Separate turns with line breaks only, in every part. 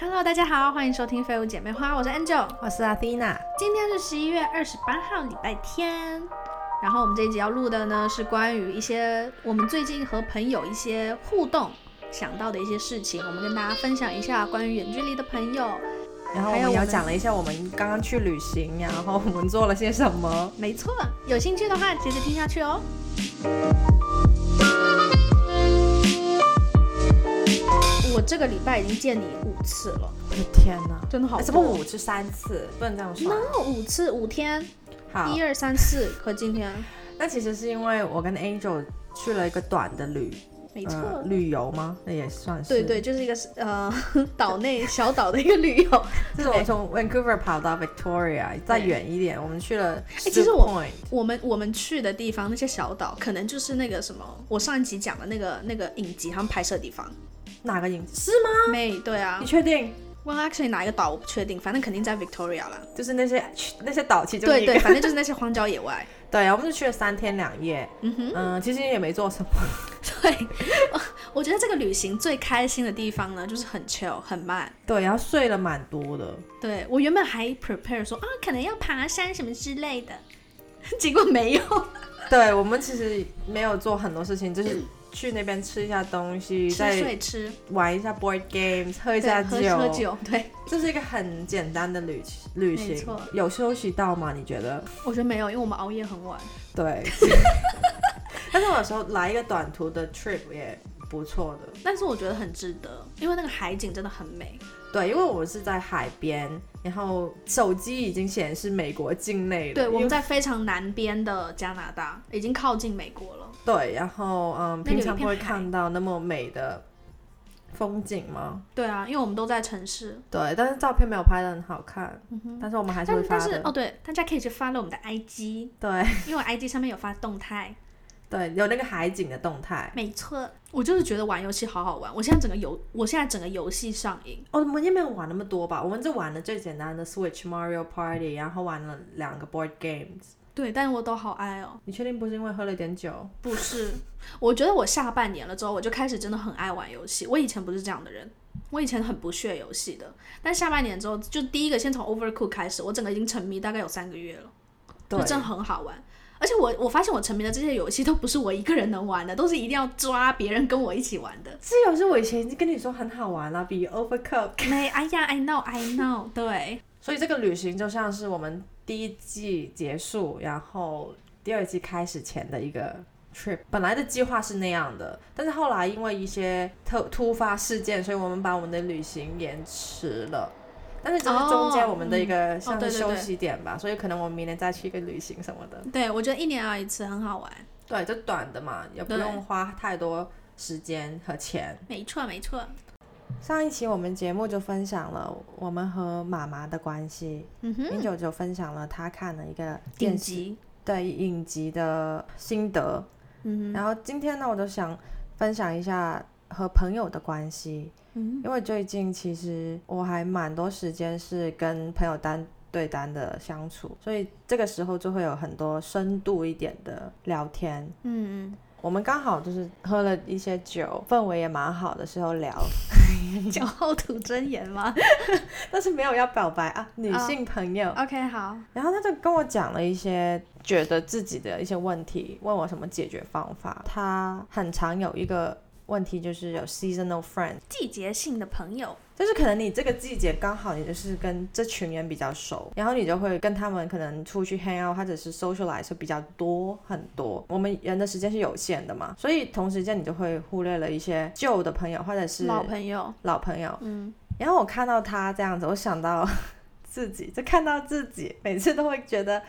Hello，大家好，欢迎收听《废物姐妹花》，我是 Angel，
我是阿 t h e n a
今天是十一月二十八号，礼拜天。然后我们这一集要录的呢，是关于一些我们最近和朋友一些互动想到的一些事情，我们跟大家分享一下关于远距离的朋友。
然后我
还有
们
我
要
们
讲了一下我们刚刚去旅行，然后我们做了些什么。
没错，有兴趣的话接着听下去哦。我这个礼拜已经见你五次了，
我的天哪！
真的好
哎
多，
怎么五是三次？不能这样说。
哦？五次，五天，
好
一，二三四和今天，
那其实是因为我跟 Angel 去了一个短的旅，
没错。
呃，旅游吗？那也算是。
对对，，就是一个呃 岛内小岛的一个旅游。
这是我们从 Vancouver 跑到 Victoria，再远一点，我们去了 Point。
其实我我们我们去的地方那些小岛，可能就是那个什么，我上一集讲的那个那个影集他们拍摄的地方。
啊哪个影是吗？
没对啊
你确定？
，Well actually 哪一个岛我不确定，反正肯定在 Victoria 啦。
就是那些那些岛其中
对
一个。
对，反正就是那些荒郊野外。
对，我们就去了三天两夜。
嗯哼，
嗯、其实也没做什么。
对，我我觉得这个旅行最开心的地方呢，就是很 chill 很慢。
对，然后睡了蛮多的。
对我原本还 prepare 说啊，可能要爬山什么之类的，结果没有。
对我们其实没有做很多事情，就是去那边吃一下东西，
吃
再
睡吃，
玩一下 board games，喝一
对，
下
喝
酒。
喝酒，对。
这是一个很简单的旅
没
旅行
错，
有休息到吗？你觉得？
我觉得没有，因为我们熬夜很晚。
对。但是我有时候来一个短途的 trip 也不错的。
但是我觉得很值得，因为那个海景真的很美。
对，因为我是在海边，然后手机已经显示美国境内了。
对，我
因
们
为
在非常南边的加拿大，已经靠近美国了。
对，然后嗯，
那里有一
平常不
片
会
海
看到那么美的风景吗？
对啊，因为我们都在城市。
对，但是照片没有拍的很好看，
嗯哼。
但是我们还是会
但
发
但是
的。
哦，对，大家可以去发了我们的 IG，
对
因为我 IG 上面有发动态。
对，有那个海景的动态。
没错，我就是觉得玩游戏好好玩。我现在整个游，我现在整个游戏上瘾。
哦，我们也没有玩那么多吧？我们就玩了最简单的 Switch Mario Party，然后玩了两个 board games。
对，但是我都好爱哦。
你确定不是因为喝了点酒？
不是，我觉得我下半年了之后，我就开始真的很爱玩游戏。我以前不是这样的人，我以前很不屑游戏的。但下半年之后，就第一个先从 Overcook 开始，我整个已经沉迷大概有三个月了，就
对，
真的很好玩。而且我我发现我沉迷的这些游戏都不是我一个人能玩的，都是一定要抓别人跟我一起玩的。
这游戏我以前已经跟你说很好玩了，比 Overcook。
没，哎呀，I know I know，对，
所以这个旅行就像是我们第一季结束，然后第二季开始前的一个 trip。本来的计划是那样的，但是后来因为一些特突发事件，所以我们把我们的旅行延迟了。但是这是中间
哦
我们的一个
哦
像
对
是
对
休
对
息点吧，所以可能我们明年再去一个旅行什么的。
对我觉得一年要啊一次很好玩。
对，就短的嘛，也不
对
用花太多时间和钱。
没错，没错，
上一期我们节目就分享了我们和妈妈的关系，
嗯哼，
英九就分享了他看了一个
顶
电视
级，
对影集的心得。
嗯哼，
然后今天呢，我就想分享一下和朋友的关系，
嗯
因为最近其实我还蛮多时间是跟朋友单对单的相处，所以这个时候就会有很多深度一点的聊天。
嗯
我们刚好就是喝了一些酒，氛围也蛮好的时候聊，
嗯，讲后吐真言吗
但是没有要表白啊，女
啊
性朋友。
？OK，好，
然后他就跟我讲了一些觉得自己的一些问题，问我什么解决方法。他很常有一个问题就是有 seasonal friend，
季节性的朋友，
就是可能你这个季节刚好你就是跟这群人比较熟，然后你就会跟他们可能出去 hang out 或者是 socialize 会比较多很多。我们人的时间是有限的嘛，所以同时间你就会忽略了一些旧的朋友或者是
老朋友，
老朋友。
嗯，
然后我看到他这样子，我想到 自己，就看到自己，每次都会觉得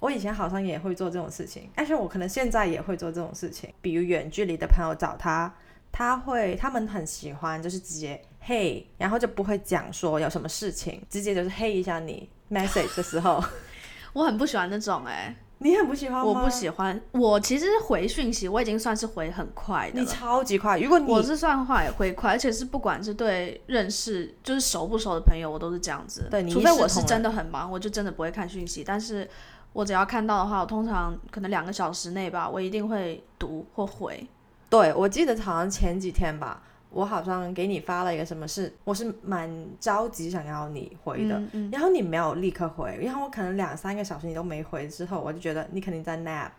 我以前好像也会做这种事情，但是我可能现在也会做这种事情。比如远距离的朋友找他，他会，他们很喜欢就是直接 hey，然后就不会讲说有什么事情，直接就是 hey 一下你 message 的时候，
我很不喜欢那种哎、
你很不喜欢吗？
我不，喜欢。我其实回讯息，我已经算是回很快的
你
了。
超级快。如果你
我是算快回快，而且是不管是对认识就是熟不熟的朋友，我都是这样子。
对你
除非
一视
我是
同仁
真的很忙，我就真的不会看讯息。但是我只要看到的话，我通常可能两个小时内吧，我一定会读或回。
对，我记得好像前几天吧，我好像给你发了一个什么事，我是蛮着急想要你回的，
嗯嗯
然后你没有立刻回，然后我可能两三个小时你都没回之后，我就觉得你肯定在 nap。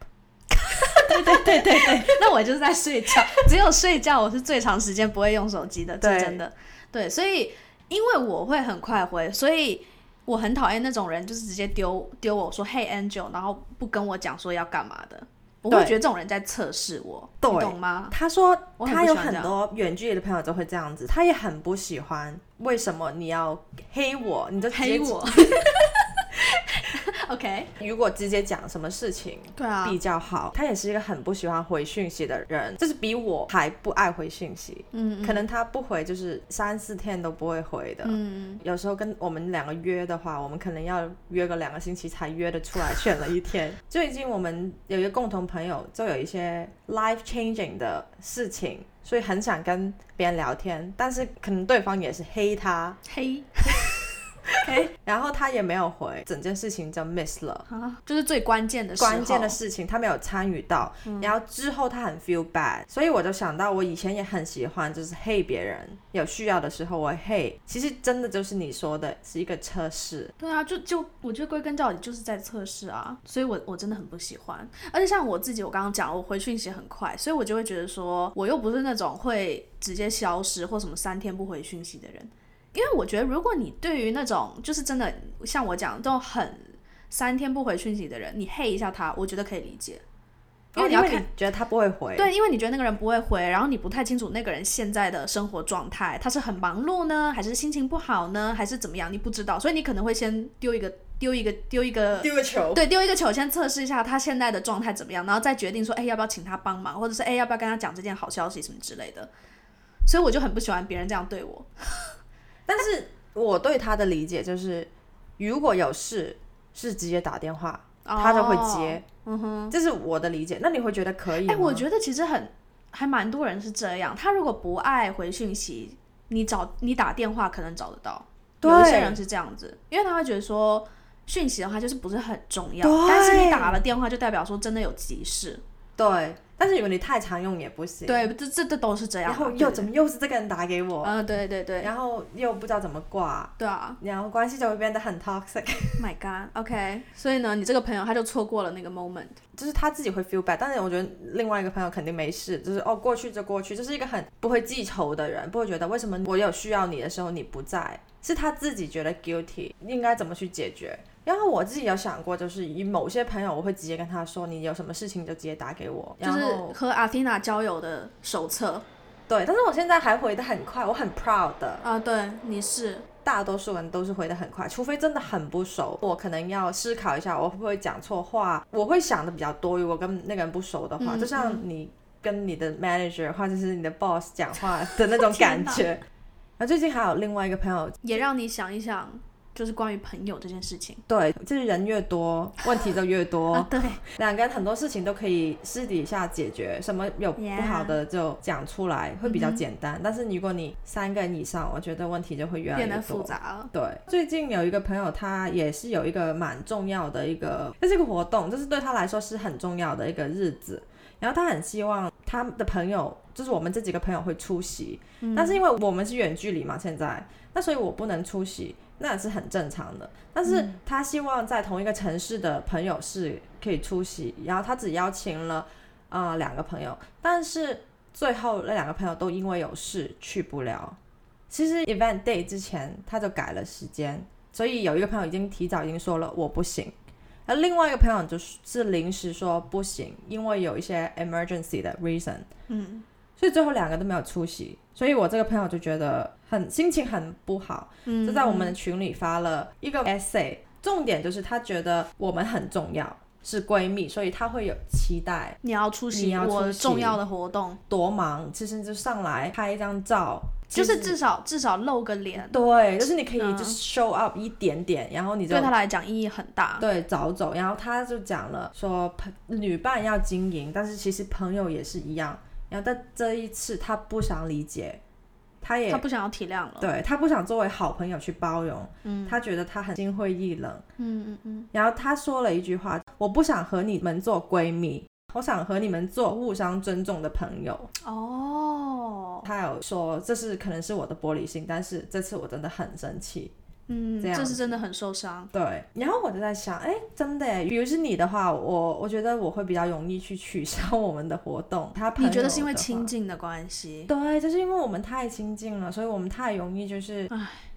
对对对对对，那我就是在睡觉，只有睡觉我是最长时间不会用手机的，这
对
真的。对，所以因为我会很快回，所以我很讨厌那种人，就是直接丢丢我说 “Hey Angel”，然后不跟我讲说要干嘛的。我会
对
觉得这种人在测试我，
对
你懂吗？
他说
哦我很不
他有
喜欢这
很
样
多远距离的朋友都会这样子，他也很不喜欢。为什么你要黑我？你就直
黑。
接
我。OK，
如果直接讲什么事情
对啊，
比较好，他也是一个很不喜欢回讯息的人，就是比我还不爱回讯息。
嗯
可能他不回就是三四天都不会回的。
嗯，
有时候跟我们两个约的话，我们可能要约个两个星期才约得出来，选了一天。最近我们有一个共同朋友，就有一些 life changing 的事情，所以很想跟别人聊天，但是可能对方也是黑他，
黑
然后他也没有回，整件事情就 miss 了。
啊，就是最关键的时候
关键的事情他没有参与到，然后之后他很 feel bad，所以我就想到我以前也很喜欢就是 hey 别人，有需要的时候我 hey，其实真的就是你说的是一个测试，
对啊，就就我觉得归根到底就是在测试啊，所以我我真的很不喜欢。而且像我自己，我刚刚讲，我回讯息很快，所以我就会觉得说，我又不是那种会直接消失或什么三天不回讯息的人，因为我觉得如果你对于那种就是真的像我讲这种很三天不回讯息的人，你黑一下他，我觉得可以理解，因
哦因
为
为
你
你
要看
觉得他不会回，
对，因为你觉得那个人不会回，然后你不太清楚那个人现在的生活状态，他是很忙碌呢，还是心情不好呢，还是怎么样，你不知道，所以你可能会先丢一个丢一个丢一个。
丢个球，
对，丢一个球先测试一下他现在的状态怎么样，然后再决定说，哎，要不要请他帮忙，或者是哎，要不要跟他讲这件好消息什么之类的。所以我就很不喜欢别人这样对我。
但是我对他的理解就是，如果有事是直接打电话，他就会接，
哦嗯哼。
这是我的理解。那你会觉得可以吗？
哎、我觉得其实很还蛮多人是这样，他如果不爱回讯息，你找你打电话可能找得到。有一些
对
人是这样子，因为他会觉得说讯息的话就是不是很重要，
对
但是你打了电话就代表说真的有急事。
对，但是如果你太常用也不行，，
对，啊这这这都是这样
然
嘛。
后
对
又
不
怎么又是这个人打给
对
我，
嗯，对对对，
然后又不知道怎么挂。
对啊
然后关系就会变得很 toxic，
Oh ，My God，OK，、所以呢，你这个朋友他就错过了那个 moment。
就是他自己会 feel bad，但是我觉得另外一个朋友肯定没事，就是哦过去就过去，就是一个很不会记仇的人，不会觉得为什么我有需要你的时候你不在，是他自己觉得 guilty，应该怎么去解决。然后我自己有想过，就是以某些朋友，我会直接跟他说，你有什么事情就直接打给我。
就
然
是
后
和 Athena 交友的手册
对，但是我现在还回得很快，我很 proud 的。
啊、对，你是
大多数人都是回得很快，除非真的很不熟，我可能要思考一下我会不会讲错话，我会想的比较多。如果跟那个人不熟的话，
嗯
就像你跟你的 manager 或者是你的 boss 讲话的那种感觉。那最近还有另外一个朋友，
也让你想一想，就是关于朋友这件事情
对，就是人越多，问题就越多
啊，，对。
两个人很多事情都可以私底下解决，什么有
Yeah
不好的就讲出来，会比较
嗯哼
简单。但是如果你三个人以上，我觉得问题就会越来越
变得
多
复杂了。
对，最近有一个朋友，他也是有一个蛮重要的一个，这是一个活动，就是对他来说是很重要的一个日子。然后他很希望他的朋友，就是我们这几个朋友会出席，
嗯
但是因为我们是远距离嘛，现在，那所以我不能出席，那也是很正常的。但是他希望在同一个城市的朋友是可以出席，然后他只邀请了啊、呃两个朋友，但是最后那两个朋友都因为有事去不了。其实 event day 之前他就改了时间，所以有一个朋友已经提早已经说了我不行，而另外一个朋友就是是临时说不行，因为有一些 emergency 的 reason，
嗯
所以最后两个都没有出席，所以我这个朋友就觉得很心情很不好，
嗯
就在我们的群里发了一个 essay，重点就是他觉得我们很重要，是闺蜜，所以他会有期待，
你要出席
你要出席
我重要的活动，
多忙，其实就上来拍一张照，
就是
其实
至少至少露个脸，
对，就是你可以
嗯
就是 show up 一点点，然后你就
对他来讲意义很大。
对早走。然后他就讲了说，朋女伴要经营，但是其实朋友也是一样。然后但这一次他不想理解，他也
他不想要体谅了。
对他不想作为好朋友去包容，
嗯
他觉得他很心灰意冷。
嗯嗯嗯，
然后他说了一句话：“我不想和你们做闺蜜，我想和你们做互相尊重的朋友。”
哦。哦，
他有说这是可能是我的玻璃心，但是这次我真的很生气。
嗯，
这样
这是真的很受伤。
对，然后我就在想，哎，真的耶，比如是你的话，我我觉得我会比较容易去取消 我们的活动。他朋
你觉
友
得是因为
的话
亲近的关系？
对，就是因为我们太亲近了，所以我们太容易就是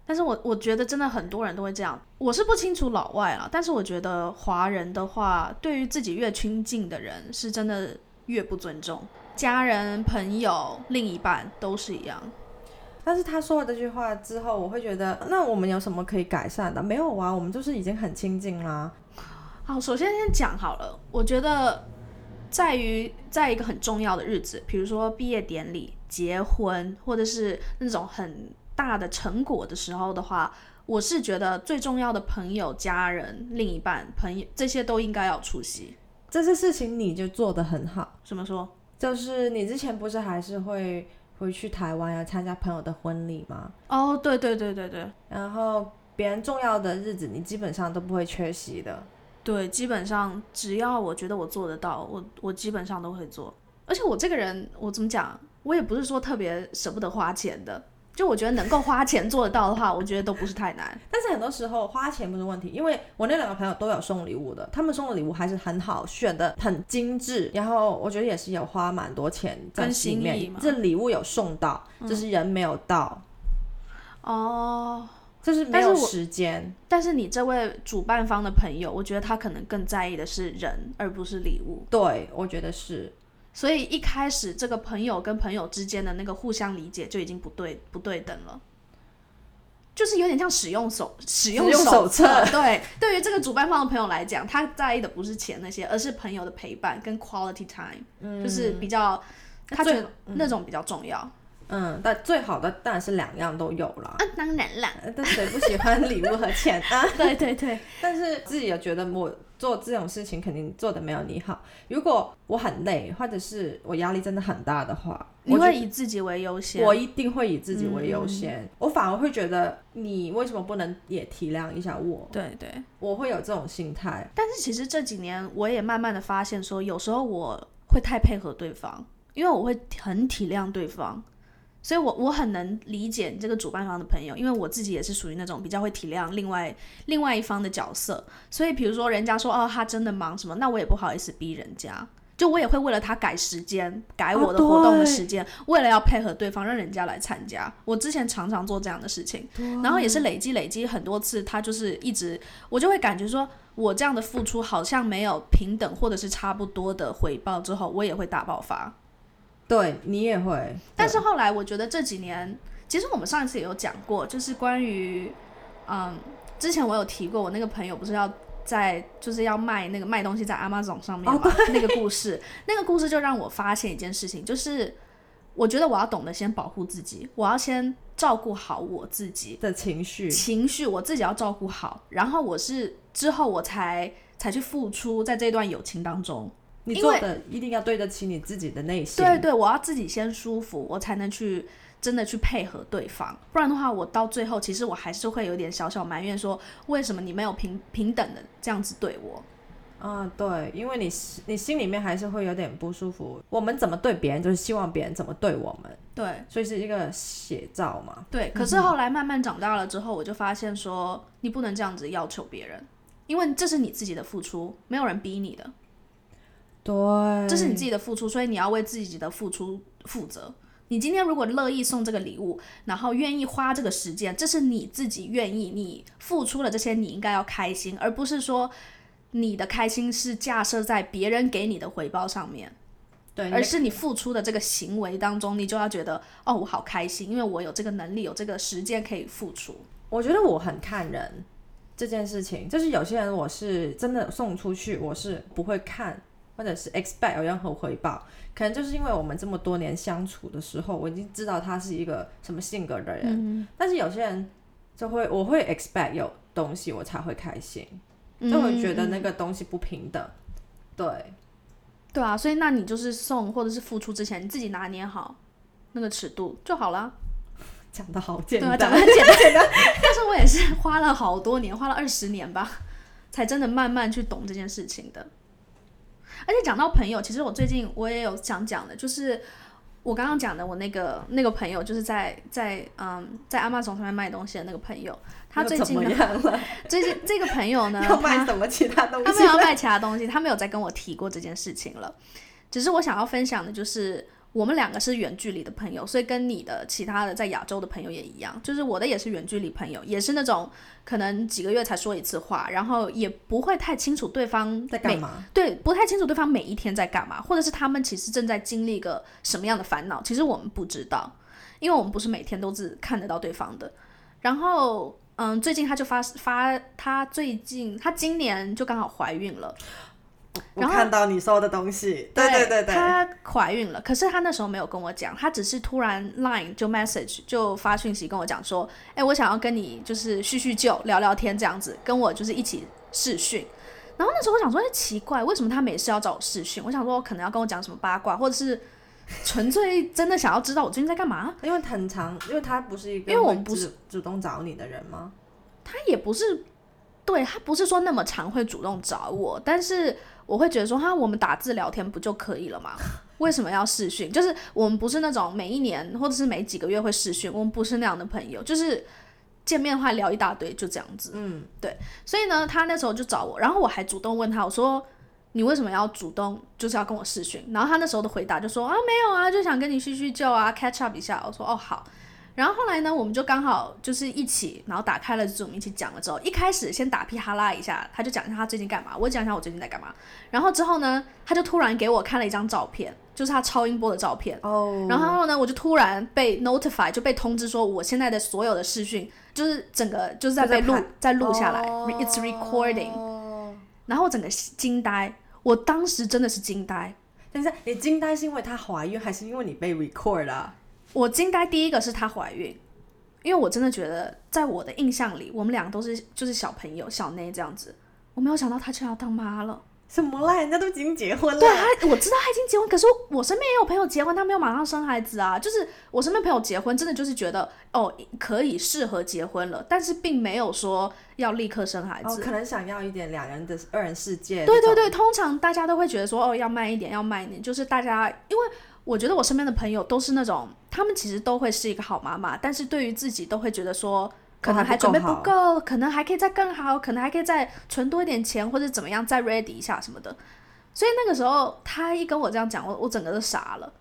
但是我我觉得真的很多人都会这样，我是不清楚老外啊，但是我觉得华人的话，对于自己越亲近的人，是真的越不尊重，家人、朋友、另一半都是一样。
但是他说了这句话之后，我会觉得，那我们有什么可以改善的？没有啊，我们就是已经很亲近啦。
好，首先先讲好了，我觉得在于在一个很重要的日子，比如说毕业典礼、结婚，或者是那种很大的成果的时候的话，我是觉得最重要的朋友、家人、另一半、朋友这些都应该要出席。
这些事情你就做得很好，
怎么说？
就是你之前不是还是会回去台湾要参加朋友的婚礼吗？
哦，对对对对对
然后别人重要的日子你基本上都不会缺席的。
对，基本上只要我觉得我做得到，我我基本上都会做。而且我这个人，我怎么讲，我也不是说特别舍不得花钱的，就我觉得能够花钱做得到的话，我觉得都不是太难。
但是很多时候花钱不是问题，因为我那两个朋友都有送礼物的，他们送的礼物还是很好，选的很精致，然后我觉得也是有花蛮多钱在
跟
里
心意
面
嘛。
这礼物有送到，就是人没有到，
哦，
就是没
但是
有
我
时间。
但是你这位主办方的朋友，我觉得他可能更在意的是人，而不是礼物。
对，我觉得是。
所以一开始这个朋友跟朋友之间的那个互相理解就已经不对不对等了。就是有点像使用手使用
使用手册
册，对，对于这个主办方的朋友来讲，他在意的不是钱那些，而是朋友的陪伴跟 quality time，、就是比较他觉
最
得嗯那种比较重要。
嗯，但最好的当然是两样都有啦。
啊，当然啦，
呃但谁不喜欢礼物和钱啊？
对对对，
但是自己也觉得我做这种事情肯定做的没有你好。如果我很累，或者是我压力真的很大的话，
你
我就
会以嗯自己为优先。
我一定会以自己为优先。我反而会觉得你为什么不能也体谅一下我？
对对，
我会有这种心态。
但是其实这几年我也慢慢的发现说，有时候我会太配合对方，因为我会很体谅对方，所以我我很能理解你这个主办方的朋友，因为我自己也是属于那种比较会体谅另外另外一方的角色，所以比如说人家说哦他真的忙什么，那我也不好意思逼人家。就我也会为了他改时间，改我的
哦
活动的
对
时间，为了要配合对方，让人家来参加。我之前常常做这样的事情，然后也是累积累积很多次，他就是一直我就会感觉说，我这样的付出好像没有平等或者是差不多的回报之后，我也会大爆发。
对你也会，
但是后来我觉得这几年，其实我们上一次也有讲过，就是关于，嗯，之前我有提过，我那个朋友不是要在就是要卖那个卖东西在 Amazon 上面
哦
嘛、那个故事， 那个故事就让我发现一件事情，就是我觉得我要懂得先保护自己，我要先照顾好我自己，
对的情绪，
情绪我自己要照顾好，然后我是之后我才才去付出在这段友情当中。
你
因
做
为
的一定要对得起你自己的内心。
对对，我要自己先舒服，我才能去真的去配合对方，不然的话，我到最后其实我还是会有点小小埋怨说，为什么你没有平平等的这样子对我？
啊，对，因为你你心里面还是会有点不舒服。我们怎么对别人，就是希望别人怎么对我们，
对
所以是一个写照嘛。
对，可是后来慢慢长大了之后，我就发现说，你不能这样子要求别人，因为这是你自己的付出，没有人逼你的。
对，
这是你自己的付出，所以你要为自己的付出负责。你今天如果乐意送这个礼物，然后愿意花这个时间，这是你自己愿意，你付出了这些，你应该要开心，而不是说你的开心是架设在别人给你的回报上面，
对，你
而
的
是你付出的这个行为当中，你就要觉得哦，我好开心，因为我有这个能力，有这个时间可以付出。
我觉得我很看人这件事情，就是有些人我是真的送出去，我是不会看或者是 expect 有任何回报，可能就是因为我们这么多年相处的时候，我已经知道他是一个什么性格的人，
嗯，
但是有些人就会我会 expect 有东西我才会开心，嗯就会觉
嗯
得那个东西不平等，对。
对啊，所以那你就是送或者是付出之前，你自己拿捏好那个尺度就好了。
讲的好简
对啊，
单，
讲得很简单。 但是我也是花了好多年，花了二十年吧， 才真的慢慢去懂这件事情的。而且讲到朋友，其实我最近我也有想讲的，就是我刚刚讲的，我那个那个朋友就是在在嗯在阿玛总上面卖东西的那个朋友，他
又
最
怎
近
么
呢，
样了？
最近这个朋友呢，
要
他
卖什么其他东
他没
西
有要
了？
卖其他东西， 他没有再跟我提过这件事情了。只是我想要分享的就是，我们两个是远距离的朋友，所以跟你的其他的在亚洲的朋友也一样，就是我的也是远距离朋友，也是那种可能几个月才说一次话，然后也不会太清楚对方
在
每
干嘛？
对，不太清楚对方每一天在干嘛，或者是他们其实正在经历一个什么样的烦恼，其实我们不知道，因为我们不是每天都是看得到对方的。然后，嗯，最近她就发发，她最近她今年就刚好怀孕了，
我
然后
看到你收的东西，对对对对，
她怀孕了，可是她那时候没有跟我讲，她只是突然 Line 就 message 就发讯息跟我讲说，哎，我想要跟你就是叙叙旧、聊聊天这样子，跟我就是一起视讯。然后那时候我想说，哎，奇怪，为什么他每次要找我视讯？我想说，可能要跟我讲什么八卦，或者是纯粹真的想要知道我最近在干嘛。
因为很长，因为他不是一个
因为我
会
不
主主动找你的人吗？
他也不是，对他不是说那么常会主动找我，但是我会觉得说，哈，我们打字聊天不就可以了吗？ 为什么要视讯？就是我们不是那种每一年或者是每几个月会视讯，我们不是那样的朋友，就是见面的话聊一大堆，就这样子。
嗯，
所以呢，他那时候就找我，然后我还主动问他，我说你为什么要主动就是要跟我视讯？然后他那时候的回答就说啊没有啊，就想跟你叙叙旧啊，catch up 一下。我说哦好。然后后来呢，我们就刚好就是一起，然后打开了 Zoom 一起讲了之后，一开始先打屁哈啦一下，他就讲一下他最近干嘛，我讲一下我最近在干嘛。然后之后呢，他就突然给我看了一张照片，就是他超音波的照片。
哦，
然后呢，我就突然被 notify 就被通知说，我现在的所有的视讯就是整个就是在
就在
被录
拍
在录下来、
哦
i t s recording。然后我整个惊呆，我当时真的是惊呆。
等一下，你惊呆是因为她怀孕，还是因为你被 record 啊了、
我惊呆第一个是她怀孕，因为我真的觉得在我的印象里，我们俩都是就是小朋友小内这样子，我没有想到她竟然要当妈了。
什么啦？人家都已经结婚了。
对啊，他我知道他已经结婚，可是我身边也有朋友结婚，他没有马上生孩子啊。就是我身边朋友结婚，真的就是觉得哦，可以适合结婚了，但是并没有说要立刻生孩
哦，
子。
可能想要一点两人的二人世界。
对对，对，通常大家都会觉得说哦，要慢一点，要慢一点，就是大家因为。我觉得我身边的朋友都是那种，他们其实都会是一个好妈妈，但是对于自己都会觉得说，可能
还
还
不
准备
够
不
好
够，可能还可以再更好，可能还可以再存多一点钱，或者怎么样再 ready 一下什么的。所以那个时候他一跟我这样讲，我我整个都傻了。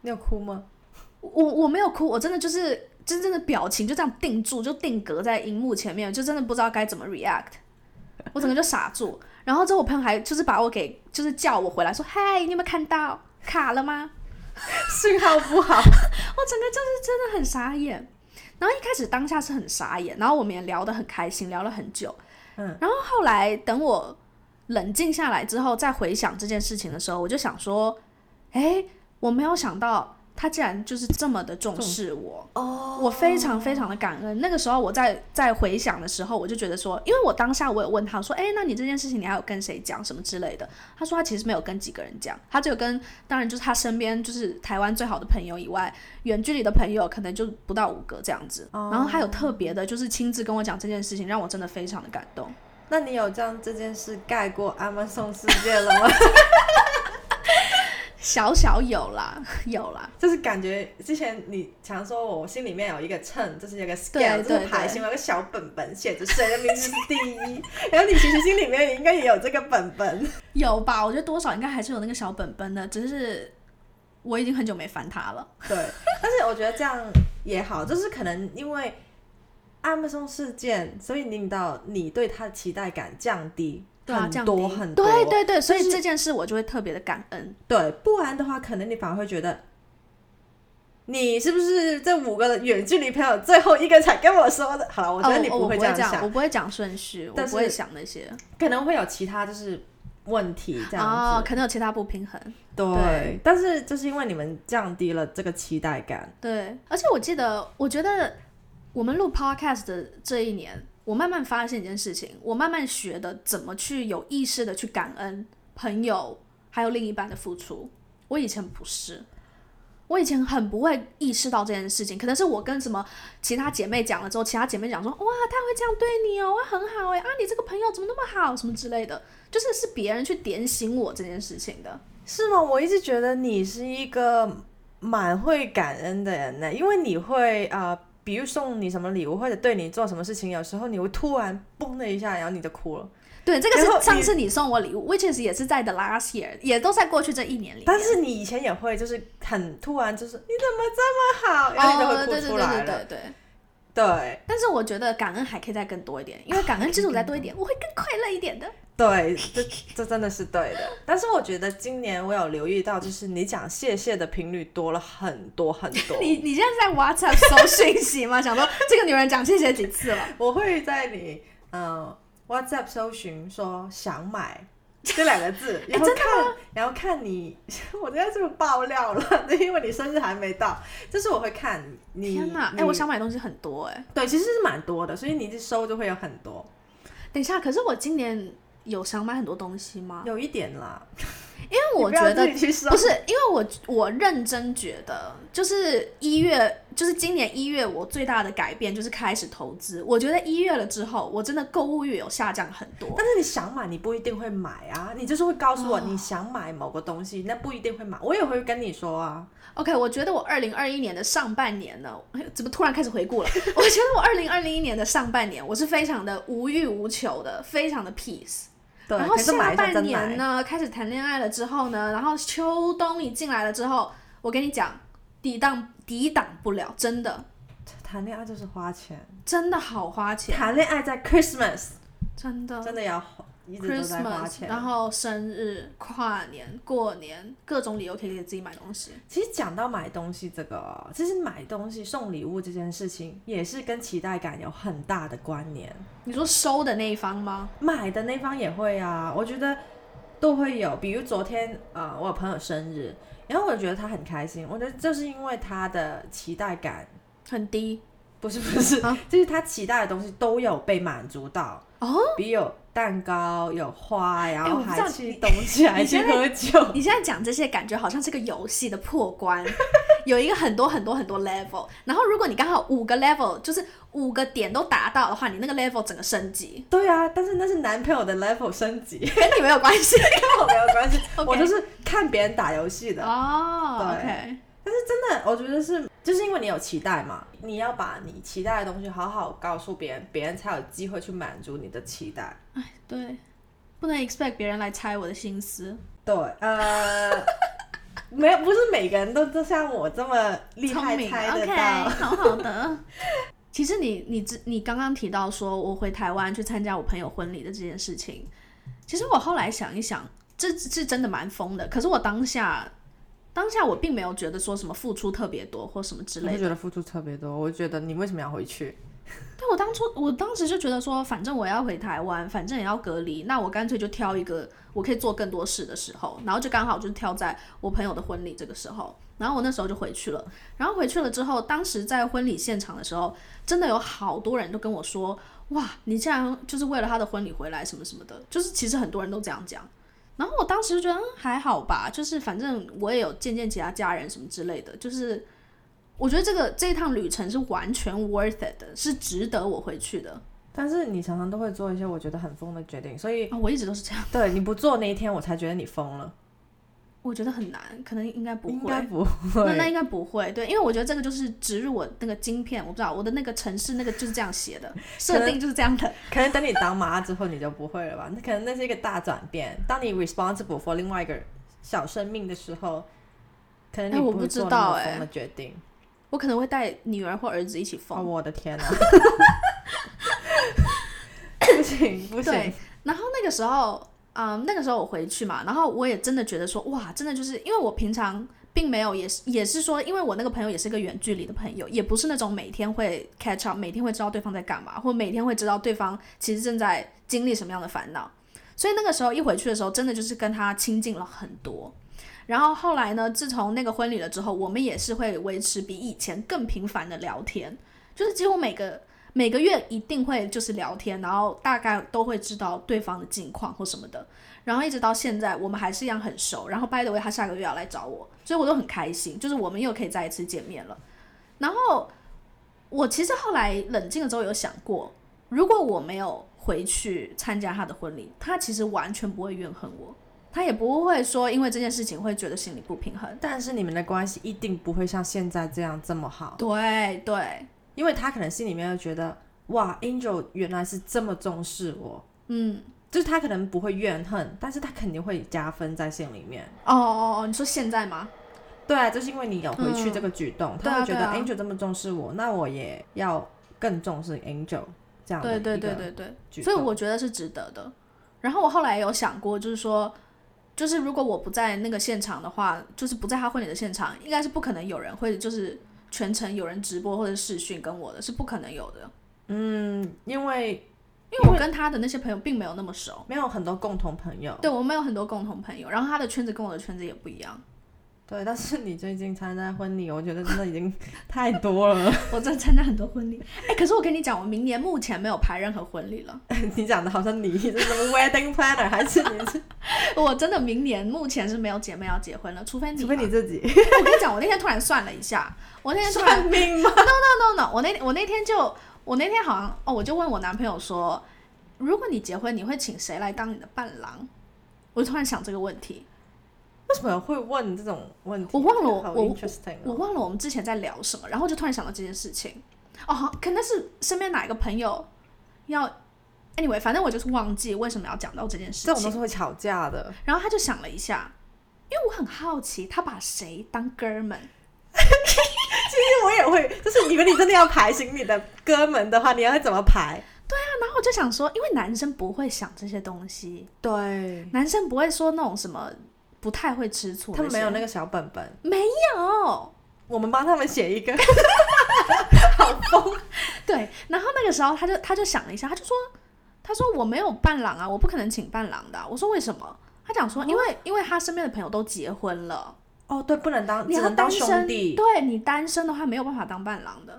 你有哭吗？
我我没有哭，我真的就是真正的表情就这样定住，就定格在荧幕前面，就真的不知道该怎么 react，我整个就傻住。然后之后我朋友还就是把我给就是叫我回来说，嗨，你有没有看到卡了吗？
信号不好。
我整个就是真的很傻眼。然后一开始当下是很傻眼，然后我们也聊得很开心，聊了很久。
嗯，
然后后来等我冷静下来之后，再回想这件事情的时候，我就想说，哎，我没有想到他竟然就是这么的重
重
视我。
哦
我非常非常的感恩。那个时候我在在回想的时候，我就觉得说，因为我当下我有问他说，哎，那你这件事情你还有跟谁讲什么之类的？他说他其实没有跟几个人讲，他只有跟当然就是他身边就是台湾最好的朋友以外，远距离的朋友可能就不到五个这样子。然后他有特别的，就是亲自跟我讲这件事情，让我真的非常的感动。
那你有这样这件事盖过 Amazon 事件了吗？
小小有啦，有啦，
就是感觉之前你常说我心里面有一个秤，就是有个
对
scale，就
对
是牌型，有个小本本写着谁的名字是 第一。然后你其实心里面应该也有这个本本。
有吧？我觉得多少应该还是有那个小本本的，只是我已经很久没翻它了。
对，但是我觉得这样也好，就是可能因为 Amazon 事件，所以令到你对他的期待感降低
对啊，
很
降低
多很多。
对对对，所以
就是
这件事我就会特别的感恩。
对，不然的话，可能你反而会觉得。你是不是这五个远距离朋友最后一个才跟我说的？好了，我觉得你
哦、我
不
我
会
不会
这样
这
想，
样，我不会讲顺序，我
但
不会
是
想那些。
可能会有其他就是问题这样
哦，
子。
可能有其他不平衡。
对，
对
但是就是因为你们降低了这个期待感，
对，而且我记得，我觉得我们录 podcast 的这一年，我慢慢发现一件事情，我慢慢学的怎么去有意识的去感恩朋友还有另一半的付出。我以前不是。我以前很不会意识到这件事情，可能是我跟什么其他姐妹讲了之后，其他姐妹讲说，哇，他会这样对你哦，哇，很好哎，啊，你这个朋友怎么那么好，什么之类的，就是是别人去点醒我这件事情的。
是吗？我一直觉得你是一个蛮会感恩的人呢，因为你会啊、呃比如送你什么礼物，或者对你做什么事情，有时候你会突然嘣的一下，然后你就哭了。
对，这个
然后
是
你
上次你送我礼物，which is 也是在 the last year，也都在过去这一年里面。
但是你以前也会，就是很突然，就是你怎么这么好，然
哦，
后你
对
就会
对
哭
对
出来
对
了。
对对。
对
但是我觉得感恩还可以再更多一点，因为感恩基础再多一 点，我会更快乐一点的。。
对，这这真的是对的。但是我觉得今年我有留意到，就是你讲谢谢的频率多了很多很多
你你现在在 WhatsApp 搜讯息吗？想说这个女人讲谢谢几次了？
我会在你嗯、呃 WhatsApp 搜寻说想买这两 个字，
哎
然后看，然后看你， 我现在是不是爆料了？因为你生日还没到，就是我会看你。
天哪！哎、
你
我想买东西很多哎、
对，其实是蛮多的，所以你一收就会有很多，
等一下，可是我今年有想买很多东西吗？
有一点啦。
因为我
你不要
觉得
自己去收
不是，因为我我认真觉得，就是一月，就是今年一月，我最大的改变就是开始投资。我觉得一月了之后，我真的购物欲有下降很多。
但是你想买，你不一定会买啊。你就是会告诉
哦
我你想买某个东西，那不一定会买。我也会跟你说啊。
OK，我觉得我二零二一年的上半年呢，哎怎么突然开始回顾了？ 我觉得我二零二零一年的上半年，我是非常的无欲无求的，非常的 peace。
对，
然后
可是买
下
一下
半
真
年
买。
呢，开始谈恋爱了之后呢，然后秋冬一进来了之后，我跟你讲，抵挡抵挡不了，真的
谈恋爱就是花钱，
真的好花钱，
谈恋爱在 Christmas
真的
真的要花一直都在花
哦 Christmas，
钱。
然后生日、跨年、过年，各种理由可以给自己买东西。
其实讲到买东西这个哦，其实买东西送礼物这件事情也是跟期待感有很大的关联。
你说收的那一方吗？
买的那方也会啊，我觉得都会有。比如昨天呃，我有朋友生日，然后我觉得他很开心，我觉得就是因为他的期待感
很低
不是不是，
啊
就是他期待的东西都有被满足到，
哦。哎
比如有蛋糕、有花，然
我
后
不知
还
道
去东西，还去
现在
喝酒。
你现在讲这些，感觉好像是个游戏的破关， 有一个很多很多很多 level。然后如果你刚好五个 level，就是五个点都达到的话，你那个 level 整个升级，
对啊，但是那是男朋友的 level 升级，
跟你没有关系。
跟我没有 关系。
OK
我就是看别人打游戏的，
哦
对
，OK，
真的，我觉得是，就是因为你有期待嘛，你要把你期待的东西好好告诉别人，别人才有机会去满足你的期待。
哎，对，不能 expect 别人来猜我的心思，
对，呃，没有，不是每个人都都像我这么厉
聪
害
明啊
猜得
，OK，
到。
好好的。 其实你你之你刚刚提到说我回台湾去参加我朋友婚礼的这件事情，其实我后来想一想，这这是真的蛮疯的。可是我当下当下我并没有觉得说什么付出特别多或什么之类的。
觉得付出特别多，我觉得你为什么要回去？
但我当初我当时就觉得说，反正我要回台湾，反正也要隔离，那我干脆就挑一个我可以做更多事的时候，然后就刚好就挑在我朋友的婚礼这个时候，然后我那时候就回去了。然后回去了之后，当时在婚礼现场的时候，真的有好多人都跟我说，哇，你竟然就是为了他的婚礼回来什么什么的，就是其实很多人都这样讲。然后我当时就觉得、嗯、还好吧，就是反正我也有见见其他家人什么之类的，就是我觉得这个这一趟旅程是完全 worth it 的，是值得我回去的啊、
但是你常常都会做一些我觉得很疯的决定，所以
啊我一直都是这样，
对你不做那一天，我才觉得你疯了。
我觉得很难，可能应该不
应
会。
该不
那那
会，
应该不会，对，因为我觉得这个就是植入我那个晶片，我不知道我的那个城市那个就是这样写的，设定就是这样的。
可能等你当妈之后你就不会了吧？那可能那是一个大转变。当你 responsible for 另外一个小生命的时候，可能
哎
你
我
不
不
会
知
做
道
那么
哎
疯的决定。
我可能会带女儿或儿子一起
哦，
疯。
我 的天哪！ 不行不
对
行，
然后那个时候，嗯，那个时候我回去嘛，然后我也真的觉得说，哇，真的就是因为我平常并没有，也是也是说，因为我那个朋友也是个远距离的朋友，也不是那种每天会 catch up，每天会知道对方在干嘛，或每天会知道对方其实正在经历什么样的烦恼。所以那个时候一回去的时候，真的就是跟他亲近了很多。然后后来呢，自从那个婚礼了之后，我们也是会维持比以前更频繁的聊天，就是几乎每个每个月一定会就是聊天，然后大概都会知道对方的近况或什么的。然后一直到现在，我们还是一样很熟。然后 by the way，他下个月要来找我，所以我都很开心，就是我们又可以再一次见面了。然后我其实后来冷静了之后有想过，如果我没有回去参加他的婚礼，他其实完全不会怨恨我。他也不会说因为这件事情会觉得心里不平衡。
但是你们的关系一定不会像现在这样这么好，
对对，
因为他可能心里面会觉得，哇，Angel 原来是这么重视我，
嗯，
就是他可能不会怨恨，但是他肯定会加分在心里面。
哦哦哦，你说现在吗？
对啊，就是因为你有回去
嗯
这个举动，
对
他
啊
会觉得
对啊
Angel 这么重视我，那我也要更重视 Angel 这样的
对对
一个啊
对对对，
举
所以
动
我觉得是值得的。然后我后来有想过，就是说，就是如果我不在那个现场的话，就是不在他婚礼的现场，应该是不可能有人会就是全程有人直播或者视讯跟我的，是不可能有的，
嗯，因为
因为我跟他的那些朋友并没有那么熟，
没有很多共同朋友。
对我们有很多共同朋友，然后他的圈子跟我的圈子也不一样，
对，但是你最近参加婚礼，我觉得真的已经 太多了。
我真的参加很多婚礼，哎，可是我跟你讲，我明年目前没有排任何婚礼了，
你讲的好像你是什么 wedding planner，还是你是？
我真的明年目前是没有姐妹要结婚了，除非你，哎
除非你自己
我跟你讲，我那天突然算了一下，我那天突然
算命吗？
no no，我那我那天就我那天好像哦，我就问我男朋友说，如果你结婚，你会请谁来当你的伴郎？我突然想这个问题，
为什么会问这种问题？
我忘了我
好
我
interesting
我
哦、
忘了我们之前在聊什么，然后就突然想到这件事情。哦，好可能是身边哪一个朋友要，anyway，反正我就是忘记为什么要讲到这件事
这种都
情。
是会吵架的。
然后他就想了一下，因为我很好奇他把谁当哥们。
因为我也会，就是如果你真的要排行你的哥们的话，你要怎么排？
那然后我就想说，因为男生不会想这些东西，
对，
男生不会说那种什么不太会吃醋那些，
他们没有那个小本本，
有，
我们帮他们写一 个。
对，然后那个时候他就他就想了一下，他就说，他说我没有伴郎啊，我不可能请伴郎的啊、我说为什么？他讲说，因为、因为他身边的朋友都结婚了，
哦，对，不能当，
你
只
要
能当
单
兄
身，
弟，
对你单身的话没有办法当伴郎的。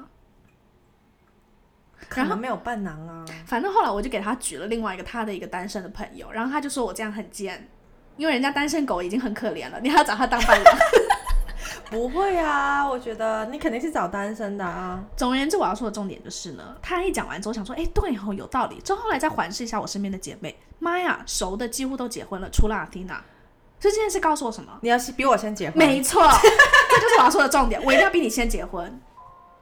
可能没有伴郎啊。
反正后来我就给他举了另外一个他的一个单身的朋友，然后他就说我这样很贱，因为人家单身狗已经很可怜了，你还要找他当伴郎。
不会啊，我觉得你肯定是找单身的啊。
总而言之，我要说的重点就是呢，他一讲完之后想说，哎，对吼、有道理。之后后来再环视一下我身边的姐妹，妈呀，熟的几乎都结婚了，除了阿蒂娜。所以这件事告诉我什么？
你要是比我先结婚，
没错，这就是我要说的重点。我一定要比你先结婚，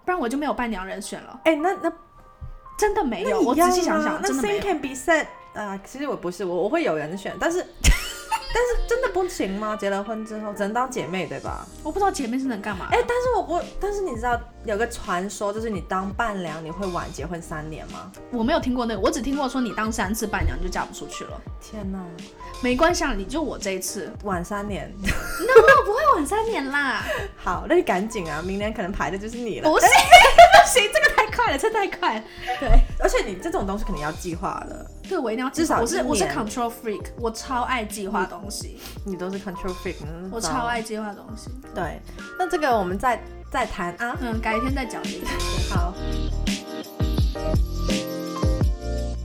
不然我就没有伴娘人选了。
哎、那那
真的没有，
那
我
一样
仔细想
啊
想，
那
真的没
sing
有。
can be said 啊、其实我不是，我我会有人选，但是但是真的不行吗？结了婚之后只能当姐妹对吧？
我不知道姐妹是能干嘛
哎、。但是我不，但是你知道有个传说，就是你当伴娘你会晚结婚三年吗？
我没有听过那个，我只听过说你当三次伴娘你就嫁不出去了。
天哪，
没关系，啊，你就我这一次，
晚三年，
那我不会晚三年啦。
好，那就赶紧啊，明年可能排的就是你 了。
不是，不行，这个太快了，这太快了。
而且你这种东西肯定要计划的，
对，我一定要
至少
我是我是
一年
control freak，我超爱计划东西，
你都是 control freak，你都知道
我超。爱计划东西。
对，那这个我们再再谈啊。
嗯，改天再讲这个。
好，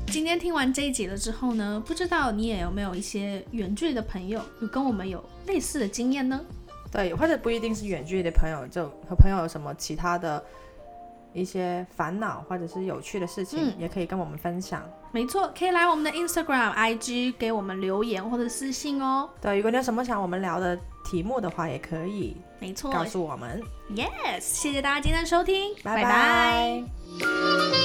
今天听完这一集了之后呢，不知道你也有没有一些远距离的朋友，有跟我们有类似的经验呢？
对，或者不一定是远距离的朋友，就和朋友有什么其他的一些烦恼或者是有趣的事情，
嗯
也可以跟我们分享。
没错，可以来我们的 Instagram、IG 给我们留言或者私信哦。
对，如果你有什么想我们聊的题目的话，也可以
没错嗯
告诉我们。
，Yes，谢谢大家今天的收听，
拜
拜拜
拜